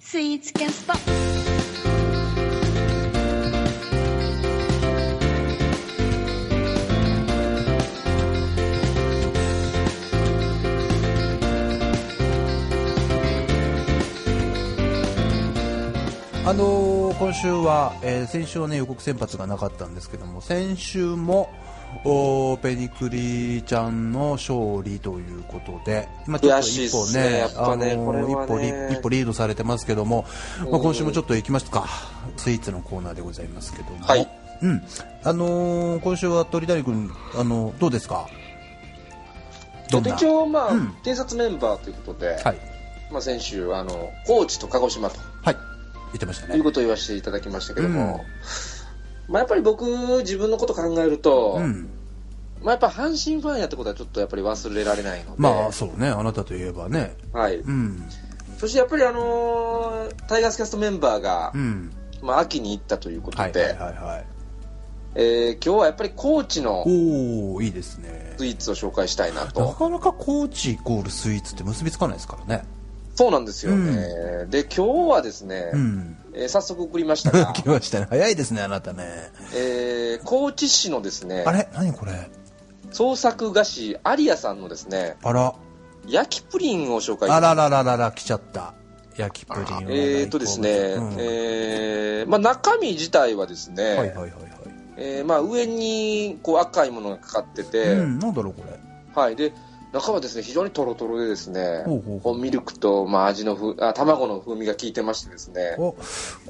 スイーツキャスト。あのー今週は、えー先週は、ね、予告先発がなかったんですけども先週もおーペニクリちゃんの勝利ということで今ちょっ悔としいっ一歩すねねやっぱねあのーこれ一はね歩リ一歩リードされてますけども、まあ、今週もちょっと行きますかスイーツのコーナーでございますけども、はいうんあのー今週は鳥谷君、あのどうですかどんな、一は応、まあ、うん偵察メンバーということで、いまあ、先週あの、高知と鹿児島とはい、言ってましたいねう。ことを言わせていただきましたけども、まあ、やっぱり僕、自分のこと考えると、うんまあ、やっぱ阪神ファンやってことはちょっとやっぱり忘れられないので、まあそうね、あなたといえばね。はい、うん。そしてやっぱり、あのータイガースキャストメンバーがう、ん。まあ、秋に行ったということで、はいはいはいはい。えー今日はやっぱり高知のおおいいですねスイーツを紹介したいななと、かなか高知イコールスイーツって結びつかないですからねそうなんですよね、で今日はですね、うんえー早速送りました が、来ましたね早いですねあなたねえー高知市のですねあれ何これ創作菓子アリアさんのですねあら焼きプリンを紹介あららららら来ちゃった焼きプリンはえー、とですね、うんえーまあ、中身自体はですね、はいはいはいはいえーまあ、上にこう赤いものがかかってて、うんなんだろうこれはい、で中はですね非常にとろとろでですねほうほうほこうミルクと、まあ、味のふあ卵の風味が効いてましてですねおこ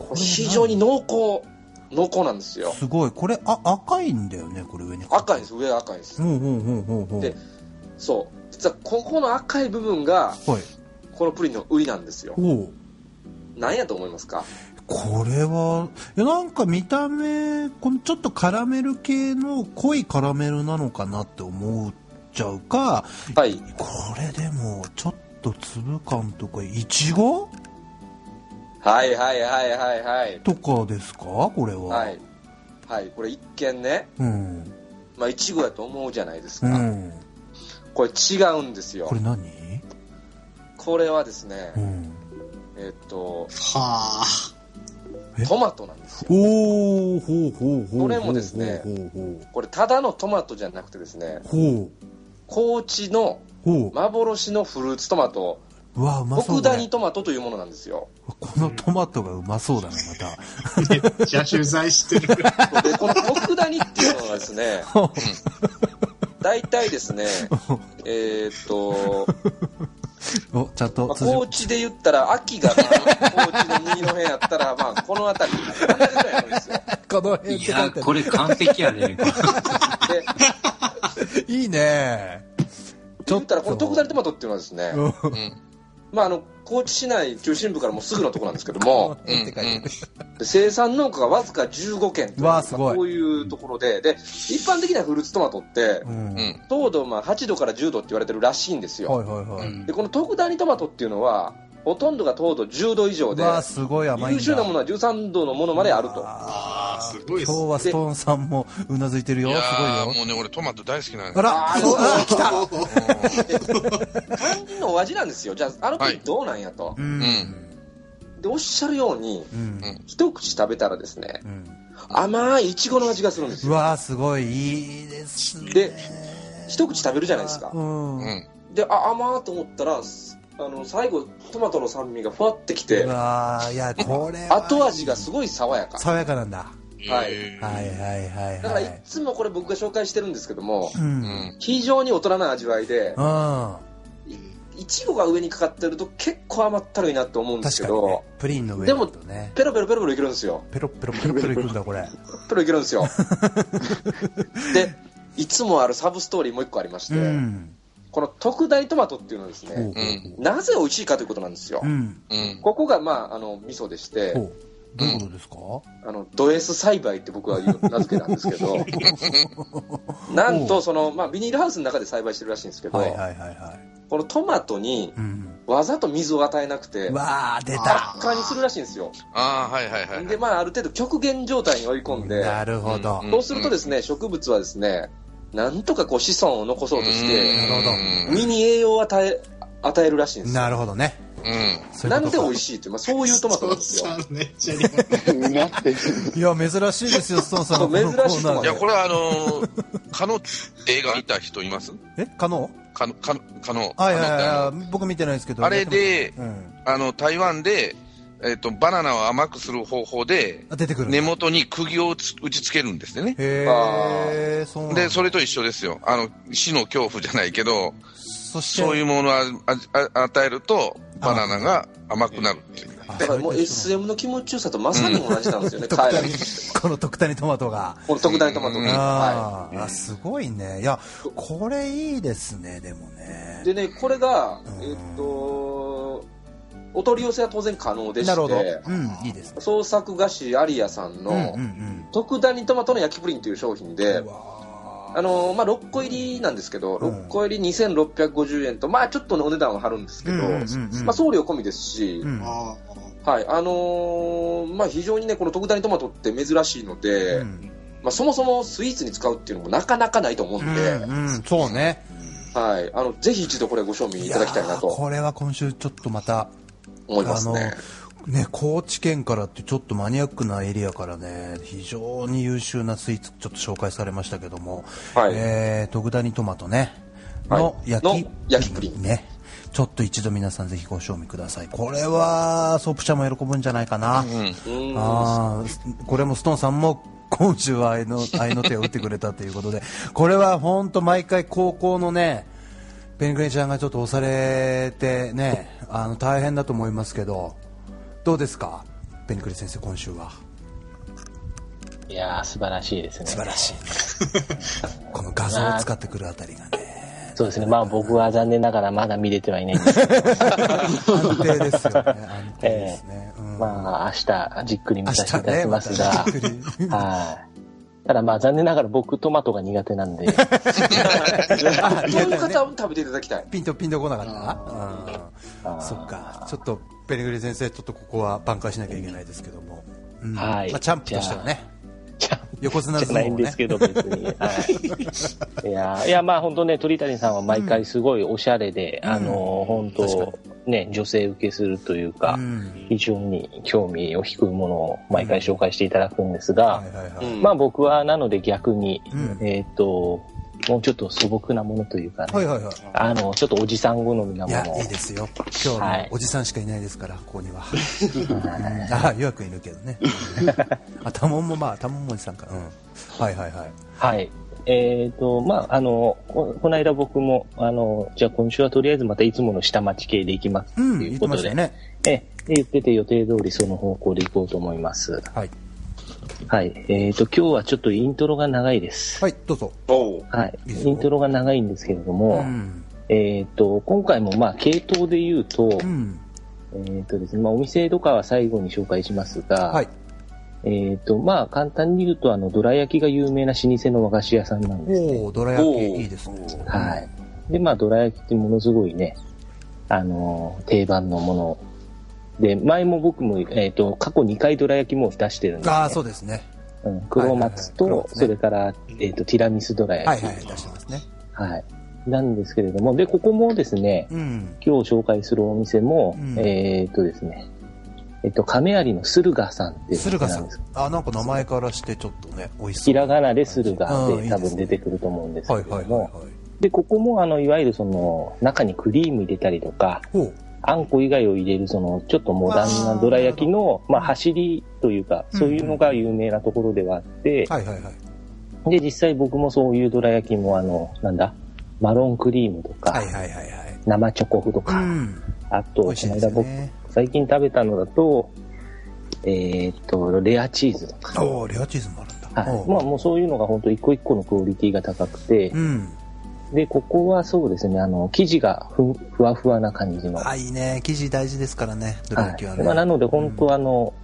れ何非常に濃厚濃厚なんですよすごいこれあ赤いんだよねこれ上に赤いんです上は赤いんです、ほうほうほうほうほうでそう実はここの赤い部分がはいこのプリンの売りなんですよおお何やと思いますかこれはいやなんか見た目このちょっとカラメル系の濃いカラメルなのかなって思っちゃうかはいこれでもちょっと粒感とかいちごはいはいはいはいはいとかですかこれは、はい、はい、これ一見ね、うん、まあ、いちごやと思うじゃないですうか、ん、これ違うんですよこれ何、これはですね、うん、えっとはあ。えトマトなんですよおおほうほうほうこれもですねほうほうこれただのトマトじゃなくてですねほう高知のほうほ幻のフルーツトマトううわうまそう極だ、谷ね、トマトというものなんですよこのトマトがうまそうだねまた じゃあ取材してる。でこの極谷っていうのはで すね大体ですねえっと、おちゃんとまあ、通じ高知で言ったら秋が、まあ高知の右の辺やったら、まあ、この辺りこの辺りぐらいなんで すよこの辺っいて書いてあや、るこれ完璧 やね。でいいね言ったらこの特大トマトっていうのはですね、うんまあ、あの高知市内中心部からもうすぐのところなんですけどもうんって書いてあるで生産農家がわずか15軒というわあすごいこういうところでで一般的なフルーツトマトってうんはい糖度まあ8度から10度って言われてるらしいんですよはいはいでこの特大トマトっていうのはほとんどが糖度10度以上でわあすごい甘いん優だ秀なものは13度のものまであるとあーあーすごいっす今日はストーンさんもうなずいてるよいすごやーいよもうね、俺トマト大好きなんあでらそうあ来た肝心のお味なんですよじゃああの時どうなんやと、うんでおっしゃるようにうん一口食べたらですねうん甘いイチゴの味がするんですうよわあすごいいいですねで一口食べるじゃないですかうんう。うんであ甘ーと思ったらすあの最後トマトの酸味がふわってきてわあいやこれは後味がすごい爽やか爽やかなんだはいえーはいはいはいだからはいいつもこれ僕が紹介してるんですけどもううんん。非常に大人な味わいでうんいちごが上にかかってると結構甘ったるいなと思うんです確けかにねどプリンの上だとねペロペロペロペロいけるんですよペロペロペロペロいくんだこれペロいけるんで すよでいつもあるサブストーリーもう一個ありまして、うんこの特大トマトっていうのはですほうほねうほなぜ美味しいかということなんですよ、ううんうん。ここがまああの味噌でしてほうどういうことですかあのド S 栽培って僕は言う名付けたんですけ どなんとその、まあ、ビニールハウスの中で栽培してるらしいんですけど、はいはいはいはいこのトマトにうんわざと水を与えなくてわあ出たサッカーにするらしいんですよああ、はいはいはい。でまあある程度極限状態に追い込んでなるほど、うんそうするとですね植物はですねなんとかこう子孫を残そうとしてなるほどうん実に栄養を与え与えるらしいんですよなるほどねうん。そういなうんこでとか美味しいって、まあ、そういうトマトなんですよ。さんめっちゃ理解なって、いや、珍しいですよ、ストーンさんのそう 珍しいこのコーナーいでや、これはあの ー、カノって映画見た人いますえ、可能カノ、カノ、カノ。はいはいカノってあのはい。僕見てないですけど。あれでうん。あの、台湾で、えっ、と、バナナを甘くする方法で、あ、出てくる。根元に釘を打ち打ち付けるんですね。へえ、そうなんだで、それと一緒ですよ。あの、死の恐怖じゃないけど、そして、そういうものをあああ与えると、バナナが甘くなるっていう。あだからもそうれと一緒 SM の気持ちよさとまさに同じなんですよね、特彼ら大に。この特谷トマトが。この特大トマトうんね。はあーあ、すごいね。いや、これいいですね、でもねい。。でね、これがう、んえっと、お取り寄せは当然可能でなるほしど。て、うん、いいですね。創作菓子アリアさんうんうんのう、ん。特大にトマトの焼きプリンという商品でう、わーあのまあ、6個入りなんですけど、うん6個入り2650円と、まあ、ちょっとねお値段は張るんですけど、うんうんうんうんまあ、送料込みですし、うんあはいあのーまあ、非常にねこの特大トマトって珍しいので、うんまあ、そもそもスイーツに使うっていうのもなかなかないと思ううんで、んうん、そうね。はい、あのぜひ一度これご賞味いただきたいなやーとこれは今週ちょっとまた、思いますね。あのね高知県からってちょっとマニアックなエリアからね非常に優秀なスイーツちょっと紹介されましたけども、はいえー、徳谷トマトねのはい焼き,、の焼きプリンねちょっと一度皆さんぜひご賞味くださいこれはソープ社も喜ぶんじゃないかな、うーんあーこれもストーンさんも今週は愛の愛の手を打ってくれたということでこれは本当毎回高校のねペンクレンちゃんがちょっと押されてねあの大変だと思いますけどどうですかペンクレン先生今週はいやー、素晴らしいですね。素晴らしい この画像を使ってくるあたりがねそうですね。まあ僕は残念ながらまだ見れてはいないんです けど、安定ですよね安定ですね、うんまあ明日じっくり見明させてい日ただねきまますがた、ゆっくりはい。ただまあ残念ながら僕トマトが苦手な んで、そういう方も食べていただきたい。ピンとピンとこなかったうんそっかちょっとペリグリ先生ちょっとここは挽回しなきゃいけないですけども、うんはいまあ、チャンプとしてはねじゃ横綱じゃ相ない撲をんでねすけど別に。はい。いやーいやまあ本当ね、鳥谷さんは毎回すごいおしゃれで、うんあのー、本当ね、女性受けするというか、うん非常に興味を引くものを毎回紹介していただくんですが、はいはいはい、うんまあ僕はなので逆に、うんえっ、と、もうちょっと素朴なものというかね、はいはいはいあの、ちょっとおじさん好みないもやのをいいですよ今日ははもういおじさんしかいないですからここに は、 うん、ああ予約いるけどねあたもんもまあたもんもおじさんか、うん、はいはいはいはい。えっ、と、まあ、あの、ここの間僕も、あの、じゃあ今週はとりあえずまたいつもの下町系で行きますってうんい言うっこてまとしで、たねええで言ってて予定通りその方向で行こうと思います。はいはい。えっ、と、今日はちょっとイントロが長いです。はいどうぞおうはい。いいですイよントロが長いんですけれども、うんえっ、と、今回もまあ、系統で言うと、うんえーとですね、まあ、お店とかは最後に紹介しますが、はいえーと、まあ、簡単に言うと、あの、どら焼きが有名な老舗の和菓子屋さんなんですね。おおどら焼きいいですねはい。で、まあ、どら焼きってものすごいね、あのー定番のもの。で、前も僕も、えーと、過去2回どら焼きもう出してるんです、ね。ああそうですねうん黒松はいはいはい黒と、松ねそれから、えーと、ティラミスどらはい焼き。はい出してますねはい。なんですけれども、で、ここもですね、うん今日紹介するお店も、うんえーっとですね、えっと、亀有の駿河さんっていうお駿店河なさんでんす。あなんか名前からしてちょっとね美味しそうひらがなで駿河うんいでい多です分ね出てくると思うんですけはれいどはいはいも、はいで、ここもあの、いわゆるその、中にクリーム入れたりとか、ほうあんこ以外を入れるその、ちょっとモダンあなーどら焼きの、まあ、走りというか、うんそういうのが有名なところではあって、はいはいはいで、実際僕もそういうどら焼きもあの、なんだ、マロンクリームとか、はいはいはいはい生チョコフとうか、んあ美と、味しこいでのす間よ僕ね最近食べたのだと、えーっと、レアチーズとか。おおレアチーズもあるんだはいおうまあもうそういうのが本当一個一個のクオリティが高くて、うんで、ここはそうですね、あの、生地がふふわふわな感じの。あいいね生地大事ですからねどら焼きはねまあなので本うん当あの、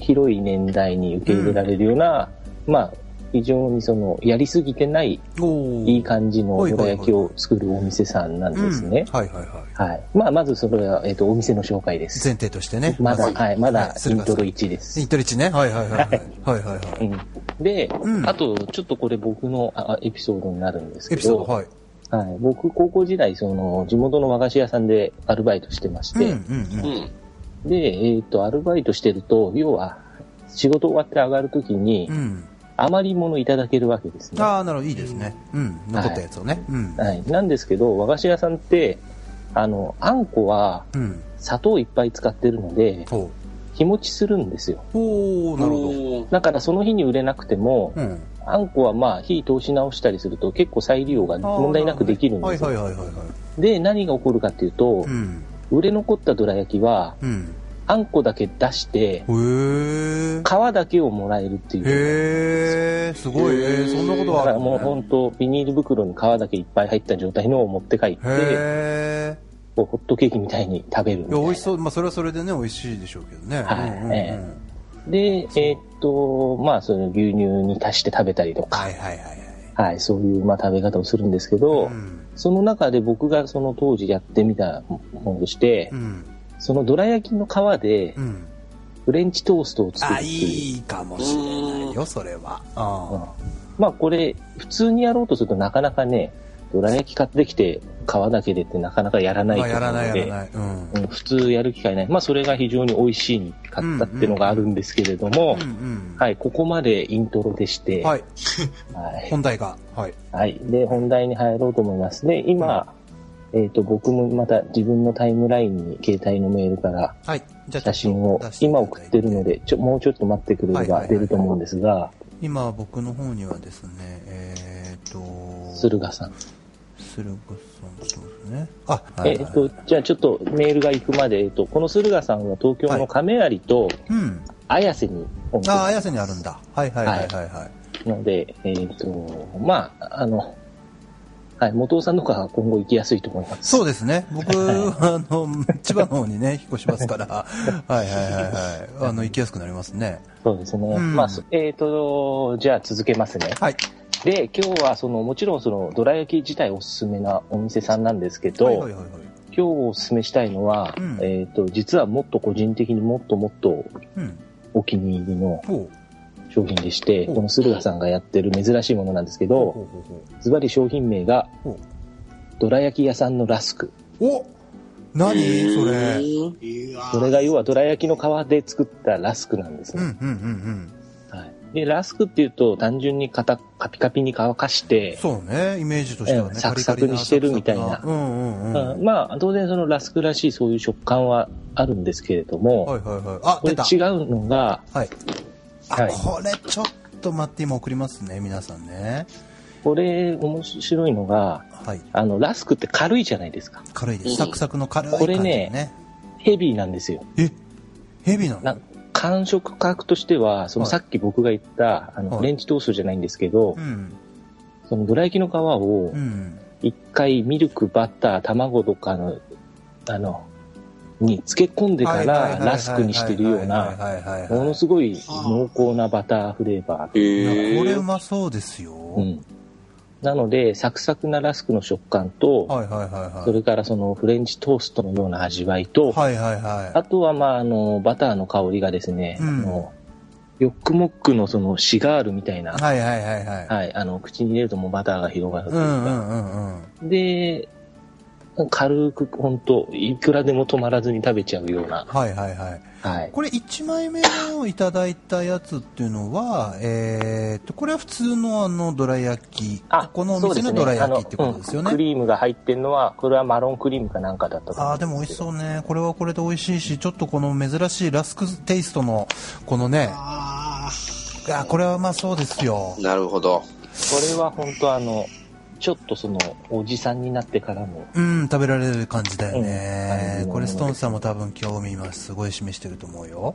広い年代に受け入れられるような、まあ非常にその、やりすぎてない、おーいい感じのはいどはいらはい焼きを作るお店さんなんですね。うんはいはいはいはい。まあまずそれは、えーっと、お店の紹介です。前提としてねまだ、ずはい、まだイ駿ン河さトんロ1ですイ。ントリチねはいはいはいはいはいはいはういんで、うんあと、ちょっとこれ僕のああエピソードになるんですけエピソードど、はいはい、僕、高校時代、その、地元の和菓子屋さんでアルバイトしてましうんうて、うんん。で、えっ、と、アルバイトしてると、要は、仕事終わって上がるときにうんう、ん余り物いただけるわけですね。はああなるほどいいですねうん残ったやつをねうんい。なんですけど、和菓子屋さんって、あの、あんこはうん砂糖いっぱい使ってるので、ほ日持ちするんですよ。うおおなるほどほだからその日に売れなくても、うんあんこはまあ火通し直したりすると結構再利用があー問題なくできるんはでいすよはいはいはいはいで、何が起こるかっていうとう、ん売れ残ったどら焼きは、うんあんこだけ出して、へえ皮だけをもらえるっていう。へえすごいへーえーそんなことだはあかるらもう本当、ビニール袋に皮だけいっぱい入った状態のを持って帰って、へえこうホットケーキみたいに食べるみいたやい美な味しそうまあそれはそれでね美味しいでしょうけどねはいうんうんうんえで、えーっと、まあ、その牛乳に足して食べたりとか、はいはいはいはいはい、そういう、まあ、食べ方をするんですけうど、んその中で僕がその当時やってみたものとして、うんそのどら焼きの皮でうんフレンチトーストを作あるっていう。いいかもしれないよそれはうあんまあ、これ、普通にやろうとするとなかなかね、どら焼き買ってきて皮だけでってなかなかやらないまとあ思うやらのないやで、らないうんうん普通やる機会ない。まあ、それが非常に美味しいに買ったっていうのがあるんですけれども、うんはい、ここまでイントロでして、うんはいはい本題がはいはい。で、本題に入ろうと思います。で、今、えっ、と、僕もまた自分のタイムラインに携帯のメールからはいじゃあ写真を出していた今だい送ってるので、ちょ、もうちょっと待ってくれはれいはいはいば出ると思うんですが、今僕の方にはですねえーと駿河さん。駿河さんそうですねあはえいっ、はいと、じゃあちょっとメールが行くまで、えっ、と、この駿河さんは東京の亀有とうん綾瀬に本ああ店綾瀬にあるんだはいはいはいはいはいなので、えっ、と、まあ、あの、はい、元尾さんの方が今後行きやすいと思います。そうですね。僕、 あの、千葉の方にね、引っ越しますから、 はいはいはいはい。あの、行きやすくなりますね。そうですね。うんまあ、そえっ、と、じゃあ続けますね。はい。で、今日はその、もちろんその、どら焼き自体おすすめなお店さんなんですけど、はいはいはいはい。今日おすすめしたいのは、うんえっ、と、実はもっと個人的にもっともっとうん。お気に入りのほう。商品でして、ほうこの駿河さんがやってる珍しいものなんですけほうど、ほうほズバリ商品名がうほう。どら焼き屋さんのラスク。お何それ。うんうわそれが要はどら焼きの皮で作ったラスクなんですうんうね。んうんはい、で、ラスクっていうと単純にカタカピカピに乾かしうん。て、そうね。イメージとしてはうね。んサクサクカリカにリなしてるみたいなサクサクうんうんうん。うんまあ当然そのラスクらしいそういう食感はあるんですけれども、はいはいはい。あ、これ出た。違うのが、はい。あ、はいこれちょっと待って、今送りますね、皆さんね。これ面白いのが、はい。あの、ラスクって軽いじゃないですか。軽いでうす。んサクサクの軽い感こじれねね。ヘビーなんですよ。えヘビななの感触価格としては、そのはいさっき僕が言った、あの、はいフレンチトーストじゃないんですけど、うん。そのドラ焼きの皮をう、ん。一回ミルク、バター、卵とかの、あの、に漬け込んでかはいはいらはいはいはいラスクにしてるような、はいはいはいはいものすごい濃厚なバターフレーバー。いやへこれえう。まそうですよ。うん。なので、サクサクなラスクの食感と、はいはいはいはい。それからそのフレンチトーストのような味わいと、はいはいはあとは、まあ、あの、バターの香りがですね、うんあの、ヨックモックのそのシガールみたいな、い。は、はいはいはいはいい。あの、口に入れるともうバターが広がるとういうんうか、んうんうん。で、軽く、本当いくらでも止まらずに食べちゃうような、はいはいはい。はい。これ1枚目のいただいたやつっていうのは、えーっと、これは普通のあの、どら焼き。ここのおそうで店のすねどら焼きってことですよあのうんクね。リームが入ってるのは、これはマロンクリームかなんかだったとあ思あ、でも美味しうそうね。これはこれで美味しいし、ちょっとこの珍しいラスクテイストの、このね、あいやこれはまあそうですよ。なるほど。ですけど。これは本当あの、ちょっとその、おじさんになってからも、うん、食べられる感じだようん感ね。じのこれ、ストーンさんも多分興味今すごい示してると思うよ。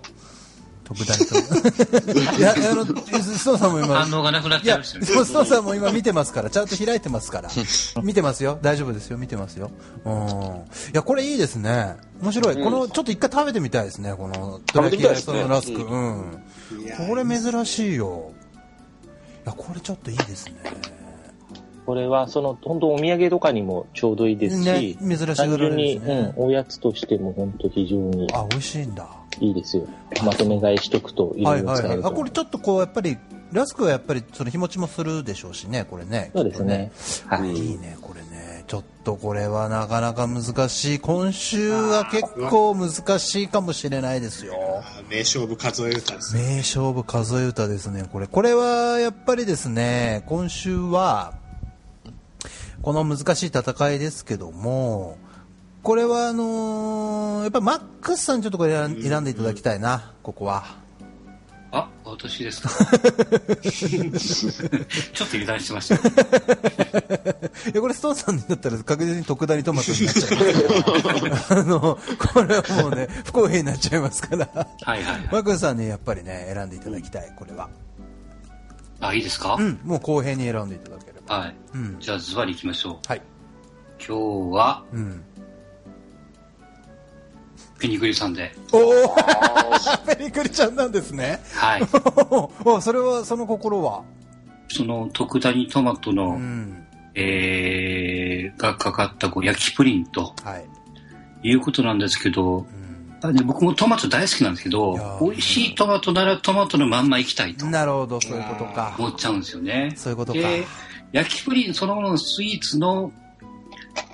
特大と。 いや、あの、ストーンさんも今、反応がなくなっいちゃや、いましスたトね。ーンさんも今見てますから、ちゃんと開いてますから。見てますよ。大丈夫ですよ。見てますよ。うん。いや、これいいですね。面白い。うんこの、ちょっと一回食べてみたいですね。この、食べてみたいですドラね焼き屋さんのラスク。ーいやうん。これ珍しいよ。いや、これちょっといいですね。これはその、本当お土産とかにもちょうどいいですし、ね、珍しい単ぐら純いに、ですねうん。、おやつとしても本当非常にあ、美味しいんだ。いいですよ。まとめ買いしとくといはろいいろはい使はえいる。とあ、こ思うれちょっとこう、やっぱり、ラスクはやっぱりその日持ちもするでしょうしね、これね。そうですね。はい。いいね、これね。ちょっとこれはなかなか難しい。今週は結構難しいかもしれないですよ。名勝負数え歌です。名勝負数え歌ですね、これ。これはやっぱりですね、今週は、この難しい戦いですけども、これはあのーやっぱマックスさんちょっとこれ選ん選んでいただきたいな、ここは。あ、私ですか。 ちょっと油断してました。いやこれストーンさんだったら 確実に特大にトマトになっちゃいますから あのこれはもうね不公平になっちゃいますから はいはい。マックスさんねやっぱりね選んでいただきたいこれはあ、いいですか、うんもう公平に選んでいただければはい。うんじゃあズバリ行きましょう。はい今日は、うんペニクリさんで。おお ペリクリちゃんなんですね はい。おそれはその心はその、特ダニトマトの、うんえー、がかかったこう焼きプリンとはい、いうことなんですけど、うあね僕もトマト大好きなんですけどいや、ー美味しいトマトならトマトのまんま行きたいとん、なるほどそういうことか思っちゃうんですよね。そういうことかで、焼きプリンそのもののスイーツの、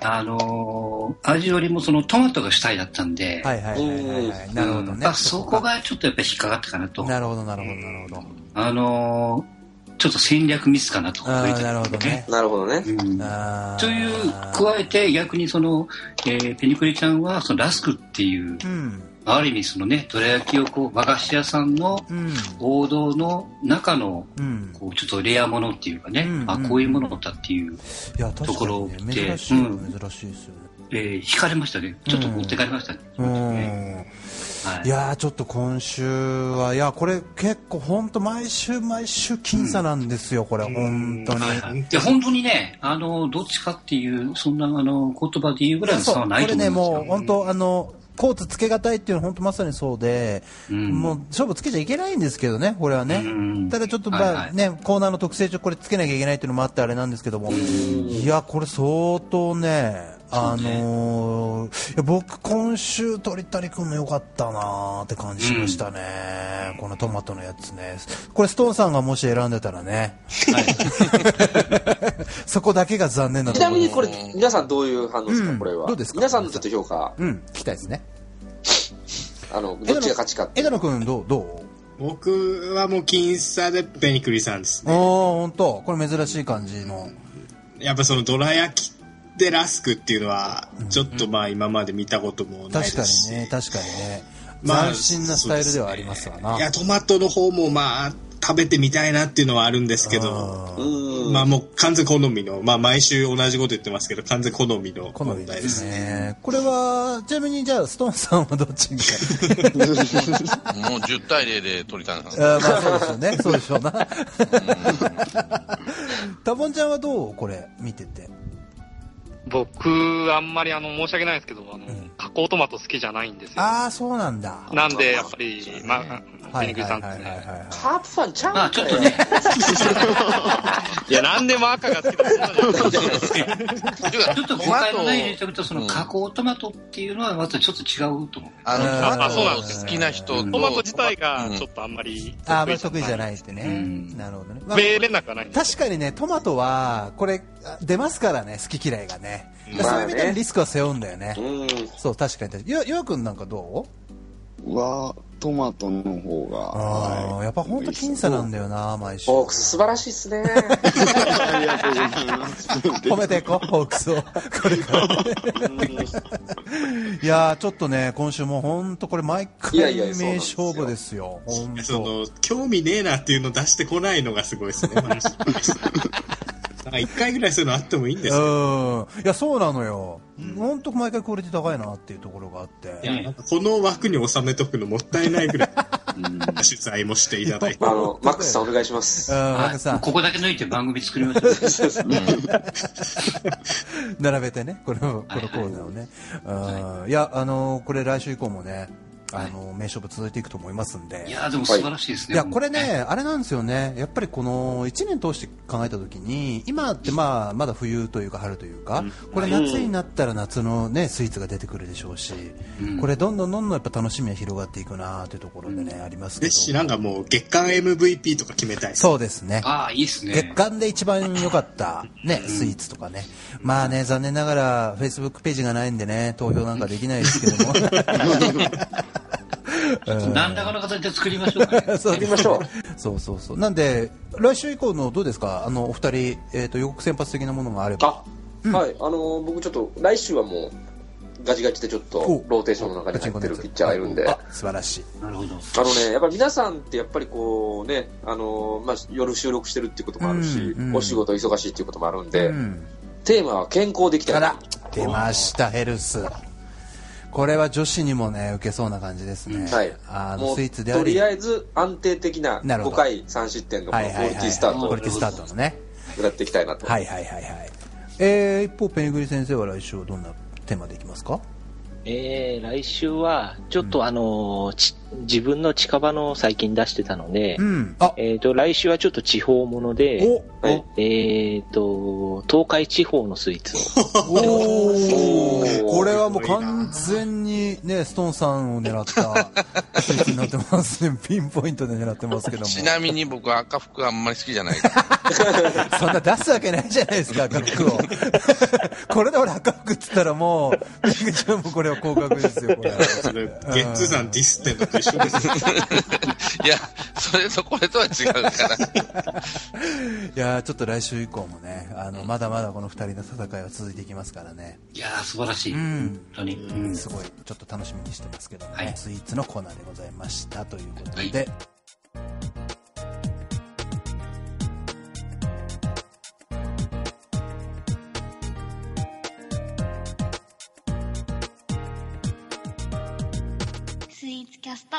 あのー味よりもそのトマトが主体だったんで、はいはいはいはい、はい、なるほどうんねまあそこがちょっとやっぱり引っかかったかなと。なるほどなるほどなるほどあのーちょっと戦略ミスかなと。ああなるほどね。なるほどね。うんあーという、加えて逆にその、えーペニクリちゃんはそのラスクっていう、うんある意味そのね、どら焼きをこう、和菓子屋さんのうん王道の中の、うんこう、ちょっとレアものっていうかね、うんあ、こういうものだったっていう、いや確とかころにをね、見て珍しい、う珍しいですよねえー惹かれましたね。ちょっと持ってかれましたね。ねうんはいいやーちょっと今週はいやこれ結構本当毎週毎週僅差なんですよ、これ本当に、はいはいで本当にね、あの、どっちかっていう、そんな、あの、言葉で言うぐらいのそう差こはないれと思いねますよ。もう本当あのコーツつけがたいっていうのは本当まさにそうで、うんもう勝負つけちゃいけないんですけどねこれはね、うんただちょっとまあ、はいはいねコーナーの特性上これつけなきゃいけないっていうのもあってあれなんですけども、いやこれ相当ねあのーいや僕今週鳥谷君の良かったなーって感じしましたね、このトマトのやつねこれストーンさんがもし選んでたらね、 そこだけが残念なとちころなみにこれ、皆さんどういう反応ですか、これは。どうですか皆さんのちょっと評価、うん聞きたいですねあの、どっちが勝ちかってい枝う。野君どうどう僕はもう僅差でペニクリさんですね。おお本当これ珍しい感じのやっぱそのどら焼きでラスクっていうのは、ちょっとまあ今まで見たこともない確でかすし。にね確かにね、まあ斬新なスタイルではありますわな、いや、トマトの方もまあ食べてみたいなっていうのはあるんですけど、あーうん。まあもう完全好みの、まあ毎週同じこと言ってますけど、完全好みの好み問題でですすね。ねこれはちなみにじゃあストーンさんはどっちがもう10対0で鳥谷さ ん。あーまあそうですよねそうでしょうなタボンちゃんはどうこれ見てて僕、あんまりあの、申し訳ないですけど、あの、加工トマト好きじゃないんですよ。ああそうなんだはなんで、やっぱり、まあ、ペニいはいクリさはいんってはいはいね。はいハープファンちゃうんかまいあちょっとね、いや、なんでも赤が好きだそうじゃないですか。ていうかちょっと誤解のないようにしておくと、その加工トマトっていうのはまたちょっと違うと思う。あの、ああそうなん好ですねきな人と。トマト自体がう、んちょっとあんまり、あーまあ得意じゃないってね、うんなるほどね、まあ命令なくはないんです確かにねトマトはこれあ出ますからね好き嫌いがね、だからそういう意味でまあのねリスクは背負うんだよね、うん。そう確かに確かにゆゆうくんなんかどうは、トマトの方が。ああはいやっぱ本当僅差なんだよな毎週ホークス素晴らしいっすね。ありがとうございます。褒めていこうホークスをこれからねいやーちょっとね今週も本当これ毎回いやいやそうなん名ですよ勝負ですよ本そ当の、興味ねえなっていうの出してこないのがすごいですね、マルシェなんか一回ぐらいそういうのあってもいいんですけど、うんいやそうなのよ、本当毎回クオリティ高いなっていうところがあっていやなんかこの枠に収めとくのもったいないぐらい、取材もしていただいてあ。の、マックスさんお願いしますうん、。なんはかいさここだけ抜いて番組作りました。並べてね、これを、このコーナーをね。うんいや、あのーこれ来週以降もね、あの、名勝負続いていくと思いますんで。いやーでも素晴らしいですいね。や、これね、あれなんですよね。やっぱりこの1年通して考えたときに、今ってまあ、まだ冬というか春というか、これ夏になったら夏のね、スイーツが出てくるでしょうし、うんこれどんどんどんどんやっぱ楽しみが広がっていくなというところでね、ありますけですし、ど。なんかもう月間 MVP とか決めたい。そうですね。ああ、いいですね。月間で一番良かった、ね、スイーツとかね。まあね、残念ながら、Facebook ページがないんでね、投票なんかできないです けども。何らかの形で作りましょうか ね。そう行きましょう。そうそうそう。なんで、来週以降のどうですかあの、お二人、えっ、と、予告先発的なものがあれば。あ、はい、あのー僕ちょっと、来週はもう、ガチガチでちょっとお、ローテーションの中に入ってるピッチャーがいるんで、ああ、素晴らしい。なるほど。のね、やっぱ皆さんってやっぱりこうね、あのーまあ、夜収録してるっていうこともあるし、うんうんお仕事忙しいっていうこともあるんで、うん。テーマは健康でいきたあいなら、出ました、ヘルス。これは女子にもね、受けそうな感じですね。はいあの、もうスイーツであとりり、あえず安定的ななるほど5回3失点のこはのいクはオいリテはィい。スタートクをオリティスタートのね。狙っていきたいなと、はいはいはいはい。えー、一方、ペングリ先生は来週はどんなテーマでいきますかえー、来週は、ちょっとあのーち自分の近場の最近出してたので、うん。あ、えっと、来週はちょっと地方もので、おはいえっと、東海地方のスイーツをおおーーこれはもう完全にね、ストーンさんを狙ったスイーツになってますね。ピンポイントで狙ってますけども。ちなみに僕は赤服あんまり好き じゃないから。そんな出すわけないじゃないですか、赤服を。これで俺赤服っつったらもう、ペグちゃんもこれは降格ですよ、これ。それ、ゲッツーさんディスってんのと一緒ですよ。いや、それとこれとは違うから。いやーちょっと来週以降もね、あの、まだまだこの二人の戦いは続いていきますからね。いやー素晴らしい。う本ん。当に。うんすごい、ちょっと楽しみにしてますけども、ねはいスイーツのコーナーでございましたということで、はいスイーツキャスト